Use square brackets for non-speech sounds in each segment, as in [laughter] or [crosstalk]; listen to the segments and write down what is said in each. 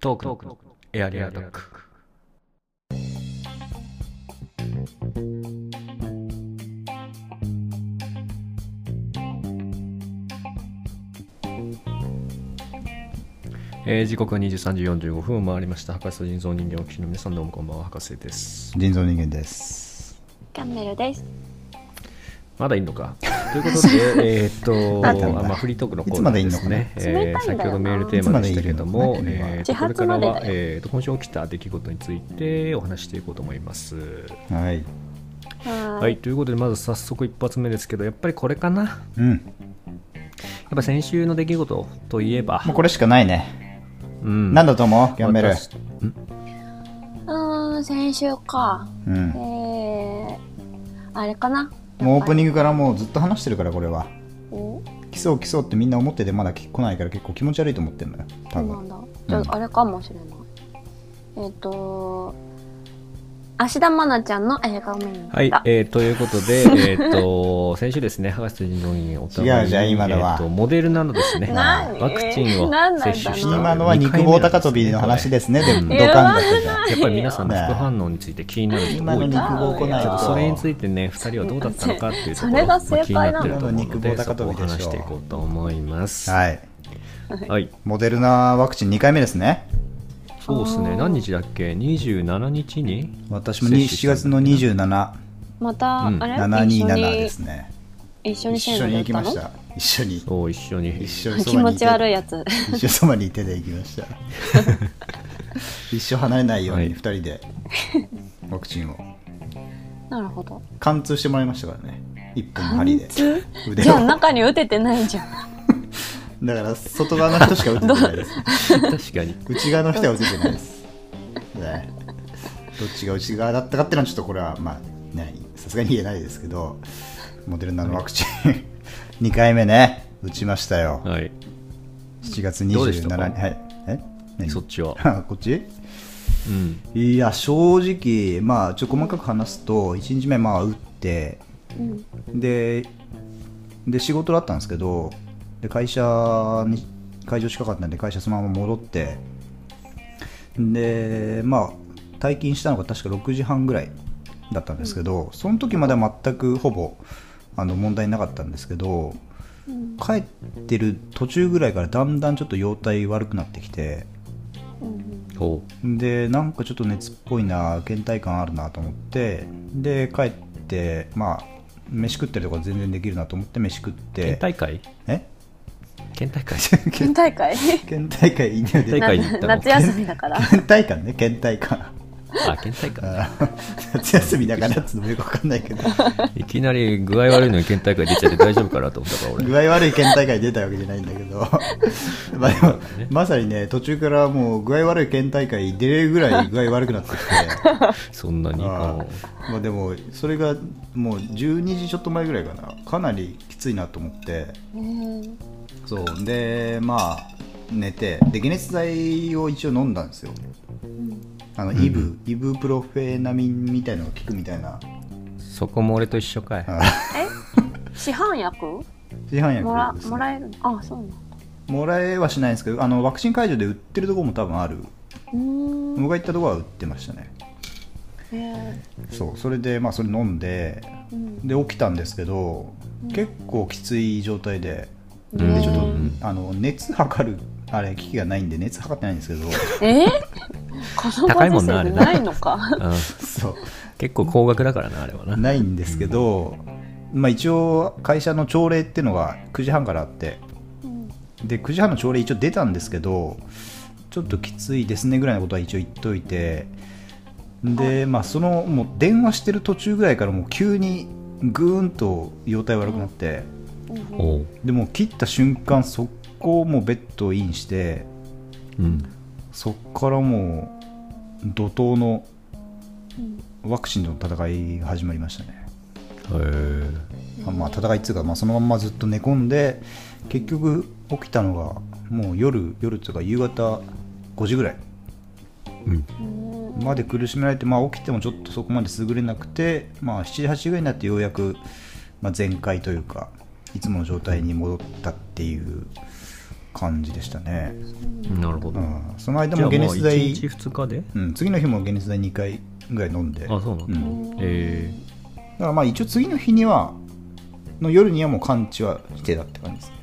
トークのエアリアルダック。えー、時刻は23時45分を回りました博士と人造人間をお聞きの皆さんどうもこんばんは博士です人造人間です。キャンベルです。まだいんの [laughs] かということでえーっとまだいんだあまあフリートークのコいーつナまーでいでんのすかなね冷えたーいんだよな先ほどメールテーマでしたけれどもいつまでいるのえー自これ発からまでだよは、えー、と今週起きた出来事についてお話ししていこうと思いますはい。ははい、。ということでまず早速一発目ですけどやっぱりこれかなやうん。っぱ先週の出来事といえばもうこれしかないね。うん何だと思うキャンベル。私うーん、先週か。うえん。ー、あれかな。もうオープニンングからもうずっと話してるから、これは。グ。来そう来そうってみんな思っててまだ来来ないから結構気持ち悪いと思ってんのよ。そ多うな分。んだ。じゃうんあ、あれかもしれない。えっと、芦田愛菜ちゃんの映画を見に行った。はい、えー、ということ [laughs] で、えー、と先週ですね、博士と人造人間お互い違うじゃん今のはえーとモデルナのですね、ワ何クチンを何なんだ接種した。今のは肉棒高跳びの話ですすね。でうんも、ドカンだったじゃん。やっぱり皆さんの副反応について気になる人今多のい肉と思う棒来ないちょっと。とそれについてね、2人はどうだったのかっていうとこそれろがまあ正気解にななのってると思うので、今の肉棒そこを高跳びでしょ話していこうと思います。はい。はい、モデルナワクチン2回目ですね。そうですね、何日だっけ、27日に私も接に7種し月たんだのっけな27、また、うんあれ727ですね。一緒に一一緒緒にに行きま線路でし打ったのた。一緒に。そう、一緒に一緒にそ気ば持にいち悪いて。やつ。一緒そばにいてで行きま [laughs] した。一生離れないようはいに2人でワクチンを。なるほど。貫通してもらいましたからね1本の針で腕じゃあ、を中に打ててないじゃん。だから外側の人しか打ててな [laughs] いです [laughs] 確かに。内側の人は打ててないですねどっちが内側だったかっていうのはちょっとこれはまあねさすがに言えないですけどモデルナのワクチン [laughs] 2回目ね打ちましたよはい、 7月どうでし27た日かはいえ何そっち [laughs] は。あこっちうんいや正直まあちょっと細かく話すと1日目まあ打ってうん。でで仕事だったんですけどで会社に会場近かったんで会社そのまま戻ってでまあ退勤したのが確か6時半ぐらいだったんですけど、その時までは全くほぼあの問題なかったんですけどうん。帰ってる途中ぐらいからだんだんちょっと容体悪くなってきてうん。ほでなんかちょっと熱っぽいな倦怠感あるなと思ってで帰ってまあ飯食ったりとか全然できるなと思って飯食っう。県て大会え [laughs] 県大会県大会倦怠感いいね大会に行ったの夏休み [laughs] だから。倦怠感ね倦怠感あ、県大会。あー夏休みだからっつうのもよくわかんないけどいきなり具合悪いのに県大会出ちゃって大丈夫かなと思った [laughs] から俺。具合悪い県大会に出たわけじゃないんだけ [laughs] どまあでもまさにね途中からもう具合悪い県大会出れるぐらい具合悪くなってきてそんなに。ああーまあでもそれがもう12時ちょっと前ぐらいかなかなりきついなと思ってうんそうでまあ寝てで解熱剤を一応飲んだんですよあのイブ、イブプロフェナミンみたいのが効くみたいなそこも俺と一緒 [laughs] かい。あえ市販薬 [laughs] 市販も [laughs] ら薬です、ね、もらえるのあそうなのもらえはしないんですけどあのワクチン会場で売ってるところも多分あるうーん僕が行ったところは売ってましたねへえそうそれでまあそれ飲んでうんで起きたんですけど、うん結構きつい状態でうでんちょっと、うんあの熱測るあれ機器がないんで熱測ってないんですけど [laughs] えこの高いごも時んな世あれでなないのかうんそう結構高額だからな、あれはな。ないんですけど、まあ、一応会社の朝礼っていうのが9時半からあってうんで9時半の朝礼一応出たんですけどちょっときついですねぐらいのことは一応言っといてでまあそのもう電話してる途中ぐらいからもう急にぐーんと容体悪くなってうんおう。でもう切った瞬間速攻もうベッドをインしてうん。そっからもう怒涛のうんワクチンの戦いが始まりましたねへまあまあ戦いっつうか、まあ、そのまんまずっと寝込んで結局起きたのがもう夜夜っつうか夕方5時ぐらいえ。うん。うんまで苦しめられて、まあ、起きてもちょっとそこまで優れなくて、まあ、7時8時ぐらいになってようやく、まあ、全開というかいつもの状態に戻ったっていう感じでしたね、なるほうど。ん、その間じゃもあ、解まあ、熱1剤、日2日でうん、次の日も解熱剤2回ぐらい飲んであ、そうなんだ。うんえだからまあ一応次の日にはの夜にはもう完治はしてたって感じですね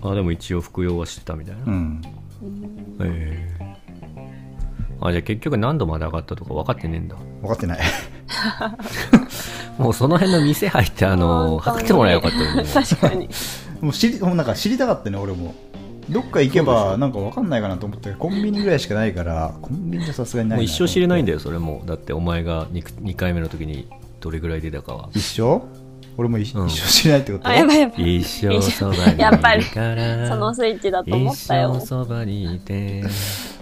ー、あ、でも一応服用はしてたみたいな。うんえーあじゃあ結局何度まで上がったとか分かってねえんだ分かってない [laughs] もうその辺の店入ってあの本当に測ってもらえばよかったよね確かに。もう知りもうなんか知りたかったね俺もどっか行けばなんか分かんないかなと思ったけどコンビニぐらいしかないからコンビニじゃさすがにないもうな一生知れないんだよよそれもだってお前が 2, 回目の時にどれぐらい出たかは一生俺もい、うん一生知れないってことあ、やばいやばい。一生そばにいるからやっぱりそのスイッチだと思一ったよ生。そばにいて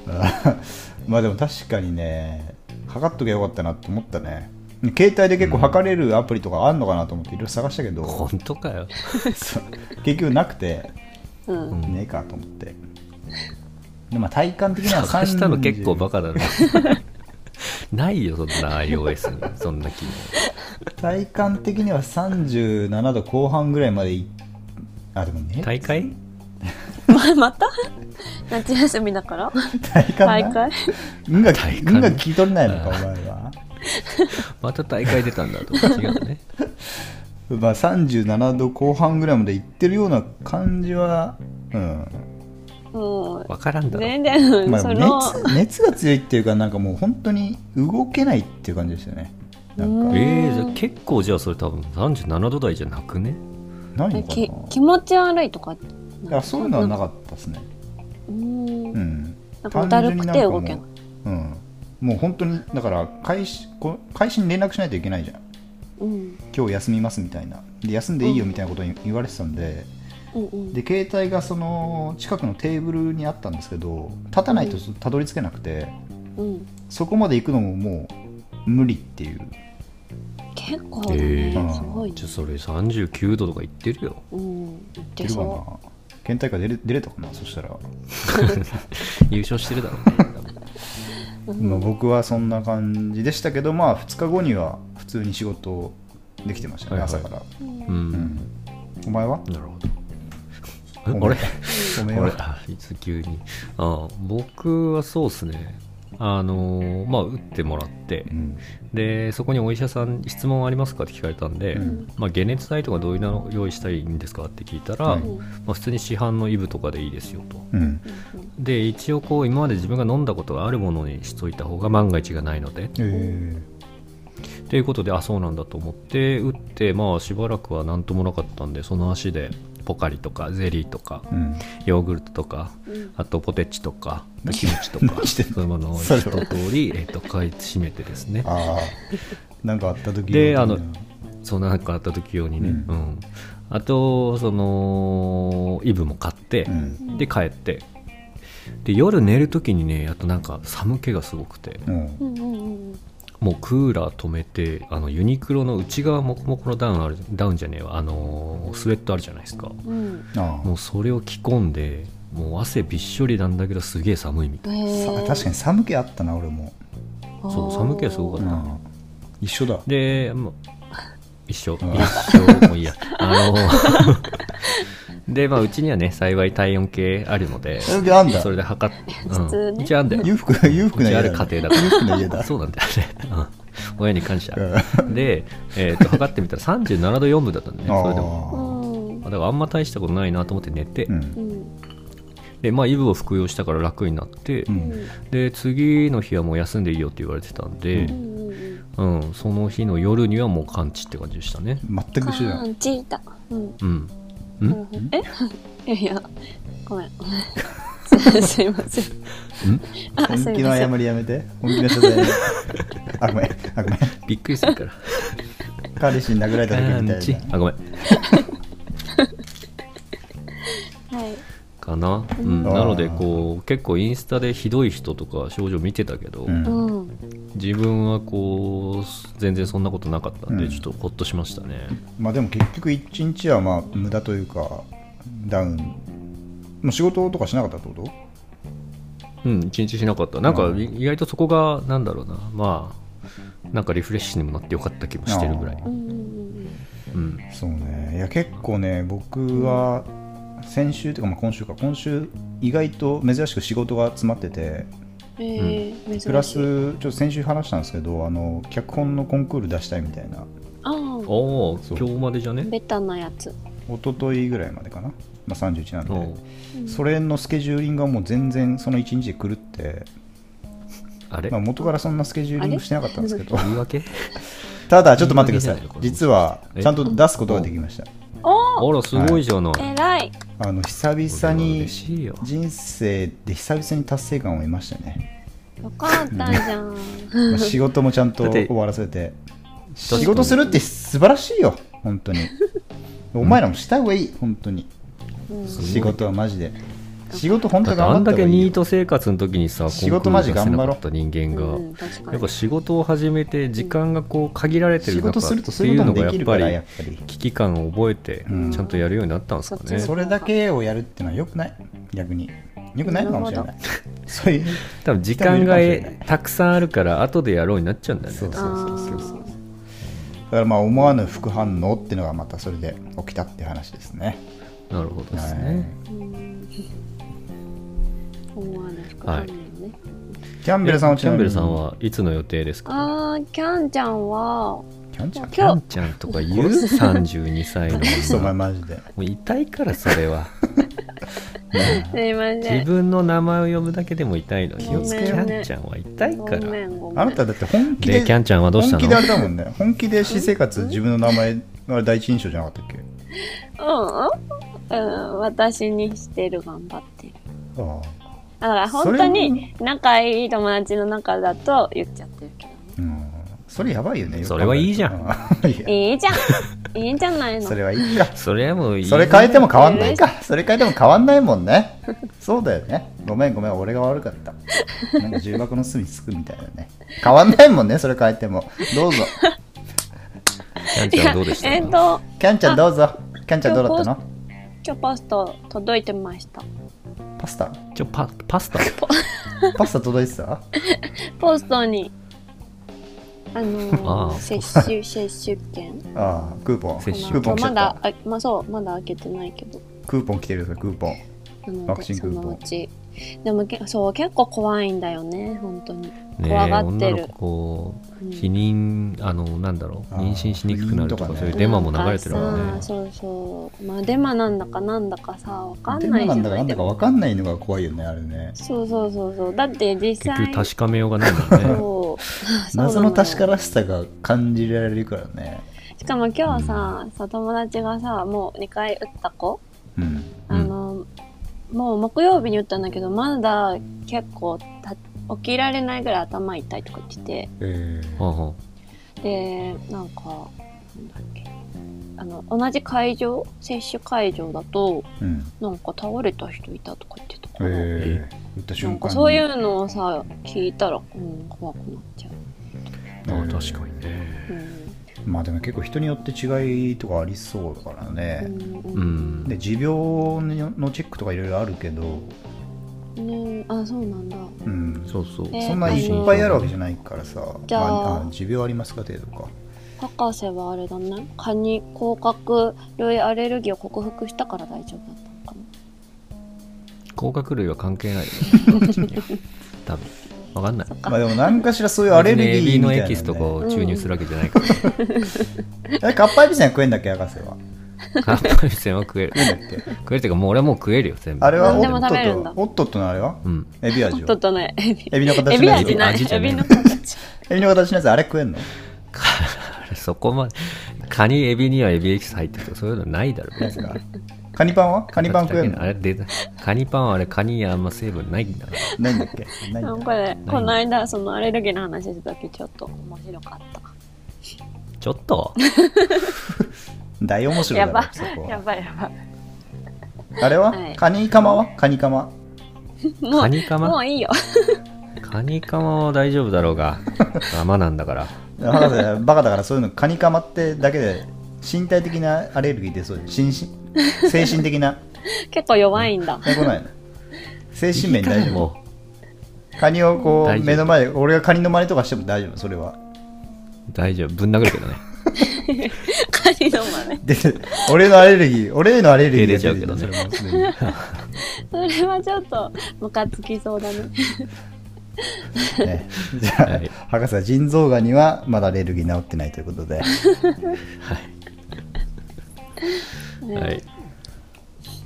あ [laughs] まあでも確かにね測っとけばよかったなって思ったね携帯で結構測れるアプリとかあんのかなと思っていろいろ探したけど、本当かよそう結局なくてうん。ねえかと思ってでまあ体感的には30 [laughs] 探したの結構バカだなないよそんな iOS にそんな機能体感的には37度後半ぐらいまでいあでもね大会ま、また [laughs] 夏休みだから体感大な会運が体感運が聞き取れないのかお前はまた大会出たんだとか違うねまあ37度後半ぐらいまでいってるような感じはうんもう、分からんだろ全然、まあ、その、熱熱が強いっていうかなんかもう本当に動けないっていう感じですよねなんかえー、じゃあ結構じゃあそれ多分37度台じゃなくねないのかき気持ち悪いとか。ないやそういうのはなかったですねうー。うんんなんかだるくて動けな単純にんかいも。ううんもう本当にだから開始こ開始に連絡しないといけないじゃんうん。今日休みますみたいなで休んでいいよみたいなことに言われてたんで、うんうん。で携帯がその近くのテーブルにあったんですけど立たないとたどり着けなくて、うん。そこまで行くのももう無理っていう結構だねえ。ーすごいねじゃあ。それ39度とか言ってるようん。いっ出てるかそう。な県大会出れ出れたかなそしたら、優勝してるだろうね多分まあ、僕はそんな感じでしたけどまあ2日後には普通に仕事できてましたね、はいはい朝から、う、うんん、お前はなるほおどめえあれおめえあれはあいつ急にあ僕はそうっすねあのーまあ打ってもらってうんでそこにお医者さんに質問ありますかって聞かれたんで、うんまあ、解熱剤とかどういうのを用意したらいいんですかって聞いたら、はいうんまあ、普通に市販のイブとかでいいですよとうんで一応こう今まで自分が飲んだことがあるものにしといた方が万が一がないのでえーということであそうなんだと思って打ってまあしばらくは何ともなかったんでその足でポカリとかゼリーとかうんヨーグルトとかうんあとポテチとか何キムチと [laughs] か何してんのそういうものをそれ一は通りえっと買い占めてですねああ、なんかあった時であのうんそうなんかあった時用にね、ううんんあとそのイブも買ってう、ん、で帰ってで夜寝る時にねやっとなんか寒気がすごくてうんうんうんうん。もうクーラー止めてあのユニクロの内側もこもこのダウンあるダウンじゃねえわあのースウェットあるじゃないですかうん。あもうそれを着込んでもう汗びっしょりなんだけどすげえ寒いみたいえあさー確かに寒気あったな俺も、そう寒気はすごうかったん、一緒だでもう一緒うん一緒もういいやあのーでまあうちにはね幸い体温計あるのでえであんだそれで測って、普通ね一応あんだよ裕福裕福な家だ、ね、うちある家庭だから裕福な家 [laughs] だそうなんだよね、うん親に感謝うんで、えーと測ってみたら37度4分だったんだねあそれでもうあん。だからあんま大したことないなと思って寝て、うんうん。でまあイブを服用したから楽になって、うんで次の日はもう休んでいいよって言われてたんでう、んうんうん。うんその日の夜にはもう完治って感じでしたね全く一緒だあーチータ。うん。うんなるほどえいやいや、ごめん。すすいません。あ、本す気いのません。謝りやめて本気の謝罪やめてあごめんあごめんびっくりする [laughs] から彼氏に殴られた時みた完治いあごめんはい。かな、ううんん、なのでこう結構インスタでひどい人とか症状見てたけど、な、ううんん。自分はこう全然そんなことなかったんで、うんちょっとほっとしましたねまあでも結局一日はまあ無駄というかダウンもう仕事とかしなかったってことうん一日しなかったなんかうんい意外とそこがなんだろうなまあなんかリフレッシュにもなってよかった気もしてるぐらいうんうんうんうんそうねいや結構ね僕は先週というか、まあ、今週か今週意外と珍しく仕事が詰まっててええ珍しいプラスちょっと先週話したんですけどあの脚本のコンクール出したいみたいなああおおそう今日までじゃねベタなやつ一昨日ぐらいまでかな、まあ、31なんで、うんそれのスケジューリングがもう全然その1日で狂って、あれまあ、元からそんなスケジューリンあグれしてなかったんですけど言い訳ただちょっと待ってくださ言いい訳じ実はえちゃんと出すことができましたあらすごいじゃない、えらいあの久々これはに嬉しいよ人生で久々に達成感を得ましたね、よかったじゃんまあ仕事もちゃんとだって終わらせてかに仕事するって素晴らしいよ本当にお前らもした方がいい本当にうんごい仕事はマジで仕事本だ当っはてあ頑張んっただ方がけいいニーよト生活の時にさ仕事マジ頑張ろうコンクール出せなかった人間が、うん、確かやっにぱ仕事を始めて時間がこう限られてる仕中事するとそういうこともできるからやっぱり危機感を覚えてうんちゃんとやるようになったんですかね、うんそれだけをやるってのはよくない逆によくないのかもしれなないそういう多分時間が人もいるかもしれないたくさんあるから後でやろうになっちゃうんだよねそうあーそうそうそうそうだからまあ思わぬ副反応っていうのがまたそれで起きたって話ですねなるほどですね、うん思わぬ副反応ね、はいキャンベルさんはえキャンベルさんちなはいつの予定ですかあーキャンちゃんはみにキャンちゃんキャンちゃんとか言う32歳のクソお女前もマジでう痛いからそれ [laughs] はすいませ自ん分の名前を呼ぶだけでも痛いのにキごめんねャンちゃんは痛いごからめんごめんあなただって本気ででキャンちゃんはどうした本気であのれだもんね本気で私生活自分の名前あれ第一印象じゃなかったっけうん、うん、私にしてる頑張ってるあだから本当に仲いい友達の中だと言っちゃってるけどねあうんそれやばいよねそれはいいじゃんんいやいいじゃ [laughs] んいいんじゃないのそれはいいかそれはもういいそれ変えても変わんないか。それ変えても変わんないもんね。そうだよね。ごめんごめん、俺が悪か [laughs] った。なんか重箱の隅つくみたいなね。変わんないもんね、それ変えても。どうぞ。キャンちゃんどうでした [laughs] いやえっ、とキャンちゃんどうぞ。キャンちゃんどうだったの今日ポスト届いてましたパスタちょパパスタパスタ届いてたポストにああの [laughs] あー、接種接種券ああ、クーポン。ク接種ーポン来ちゃまっだた。あまあそうまだ開けてないけどクーポン来てるよ、それクーポン。なのでワクチンクーポンそのうちでもけそう結構怖いんだよね本当に、ねえ怖がって女るの子こううん避妊あのなんだろうあー妊娠しにくくなるとか不妊とかねそういうデマも流れてるからなんねかさそうそうまあデマなんだかなんだかさわかんでもないじなゃんだかなないんでだかもわかんないのが怖いよね、あれね。そうそうそうそうだって実結際局確かめようがないもんねそうそうな [laughs] 謎ののよ確からしさが感じられるからね。しかも今日ささ友達がさもう2回打った子うん。うんあの、もう木曜日に打ったんだけどまだ結構た起きられないぐらい頭痛いとか言ってえはあはてでなんかなんだっけあの同じ会場接種会場だとーうん。なんか倒れた人いたとか言ってたから、えー打ったな瞬ん間かにそういうのをさ聞いたら、うん、怖くなっちゃあああ確かにねう、うんまあでも結構人によって違いとかありそうだからね、うんうでん持病のチェックとかいろいろあるけど、うんね、あそうなんだうん、そうそうえーそんないっぱいあるわけじゃないからさ、じゃああ、持病ありますか程度か博士はあれだね蚊に甲殻類アレルギーを克服したから大丈夫だったのかな甲殻類は関係 [laughs] ないよ多分わかんないまあでも何かしらそういうアレルギ別にエービみたの [laughs] いなエキスとかのねを注入するわけじゃないから、あれかっぱえびせんは食えんだっけ博士はカッパエビせんは食える食えんだっけ食えるっていうかもう俺はもう食えるよ全部あれは何おでも食べるっんとだとおっとっとのあれはうんエビ味ちょをっとねエビエビの形エビのやつ味ない味じゃエないビの形エビの形のやつあれ食えんのあれそこまでカニエビにはエビエキス入ってるとかそういうのないだろやつがカニパンは [laughs] カニパン食えんのあれでカニパンはあれカニにあんま成分ないんだからないんだっけないんだなんかねこの間そのアレルギーの話した時ちょっと面白かっちょっと大面た白いやだろばそこやはばいやばいあれは、はいカニカマはカニカマもカうニカもマういいよカニカマは大丈夫だろうが生なんだから博士はバカだからそういうのカニカマってだけで身体的なアレルギー出そうで心身精神的な結構弱いんだえこないの精神面大丈も夫カニをこ大う丈夫目の前で俺がカニの真似とかしても大丈夫それはう大丈夫ぶん殴るけどねカニの豆。で俺のアレルギー俺へのアレルギ手ーが出ちゃうけど出ねてる。それはちょっと、ムカつきそうだね。ね、じゃあ、はい博士は腎臓がんにはまだアレルギー治ってないということではい。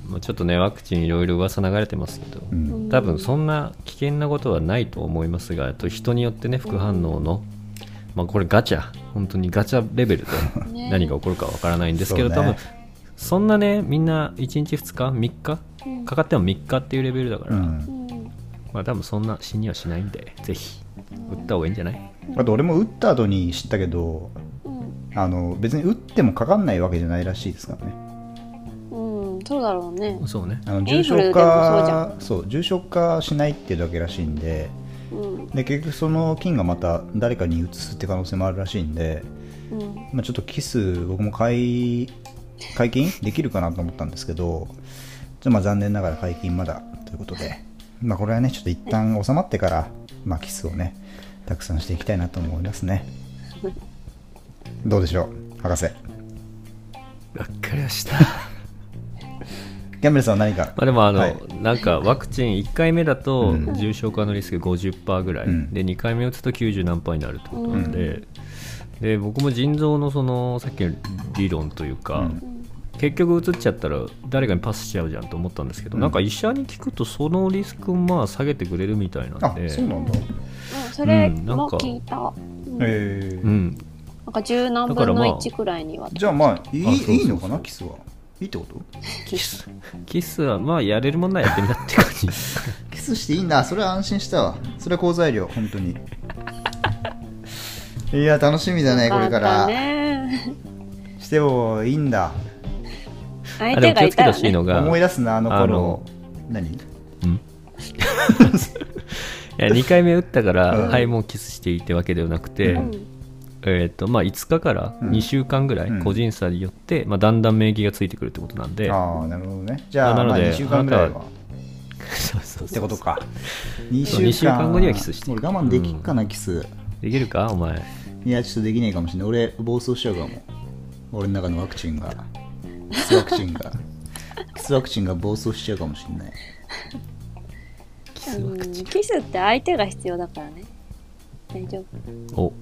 もうちょっとね、ワクチンいろいろ噂流れてますけど、うん多分そんな危険なことはないと思いますが、と人によってね、副反応の、まあこれガチャ、本当にガチャレベルでね何が起こるかわからないんですけど、多そうね分そんなね、みんな1日2日、3日うんかかっても3日っていうレベルだから、うんうんまあ多分そんな死にはしないんで、ぜひ、打った方がいいんじゃないあと俺も打った後に知ったけどうんあの別に打ってもかかんないわけじゃないらしいですからねうん、そうだろうね。そうね。あの重インフル症でもそうじゃ化そう重症化しないっていうだけらしいんでうん、で結局その菌がまた誰かに移すって可能性もあるらしいんで、うん、まあ、ちょっとキス僕も解解禁できるかなと思ったんですけどちょっとまあ残念ながら解禁まだということで、まあ、これはねちょっと一旦収まってから、まあ、キスをねたくさんしていきたいなと思いますねどうでしょう博士わかりました。 [laughs] ギャンブルさんは何かまあ、でもあの、はいなんかワクチン1回目だとうん重症化のリスク50%ぐらい、うんで2回目打つと90何パーになるってことなんで,、で僕も腎臓のそのさっきの理論というか、うん結局うつっちゃったら誰かにパスしちゃうじゃんと思ったんですけど、うんなんか医者に聞くとそのリスクまあ下げてくれるみたいなんあでそうなんだ、うんそれうんなんもか聞いた。うんえーうん、なんか十何だか分らまあの一くらいには。じゃあまあいいあそうそうそういいのかなキスはいいってことキスキスはまあやれるもんならやってみなって感じキスしていいんだそれは安心したわそれは好材料本当に [laughs] いや楽しみだねこれかよったらねしてもいいんだあ [laughs] 相でも気手がをいつけてたほらしいね。のが思い出すなあのあ頃の何うん、いや2回目打ったから、うんはいもうキスしていいってわけではなくて、うんえーとまあ、5日からうん2週間ぐらういん個人差によって、まあ、だんだん免疫がついてくるってことなんで、ああなるほどねじゃあなのまあで2週間ぐらあいなたはは [laughs] そうそうそうってことか2そう二週間後にはキスして俺我慢できっかな、キスできるかお前いやちょっとできないかもしれない俺暴走しちゃうかも俺の中のワクチンがキスワクチンがキスワクチンが暴走しちゃうかもしれないキスワクうチんキスって相手が必要だからね。大丈夫。ンお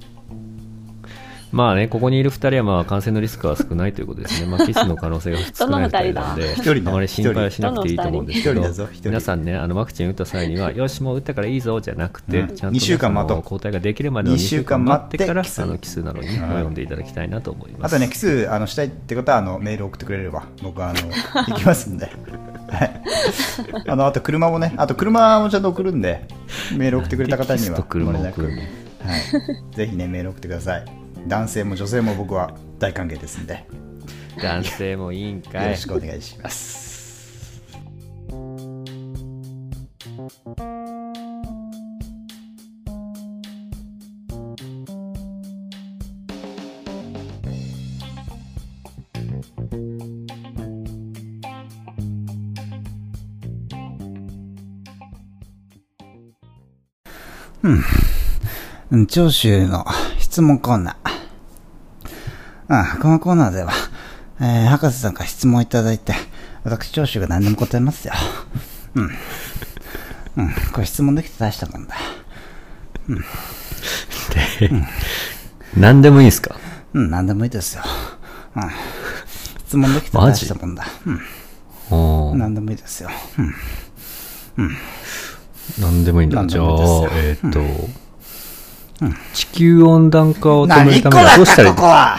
まあねここにいる2人はまあ感染のリスクは少ないということですね、まあ、キスの可能性 [laughs] が少ない2人なんで人だ一人だあまり心配はしなくていいと思うんですけ一人どだぞ一人皆さんねあのワクチン打った際にはよしもう打ったからいいぞじゃなくて、うんちゃんと、二ね、週間待とうその抗体ができるまでの2二週週間間待待っっててからキスあのキスなどにうん及んでいただきたいなと思います。あとね、キスあのしたいって方はあのメール送ってくれれば、僕はあ [laughs] の行きますんで、はい、あのあと車もね、あと車もちゃんと送るんで、メール送ってくれた方にキスはと車漏をれなく送るのはい、ぜひね、メール送ってください。男性も女性も僕は大歓迎ですんで、よ男性もいいんかろいしくお願いします。うん、長州の質問コーナー。うん、このコーナーでは、えー、博士さんから質問をいただいて、私長州が何でも答えますよ。うん。うん、これ質問できて大したもんだ。何でもいいですかうん、何でもいいですよ。うん。質問できて大したもんだ。おうん、ー何でもいいですよ。うん。何でもいいんだ何でじゃあもいいえーっと、地球温暖化を止め何るた個だめにはどうっしたたらいこいこは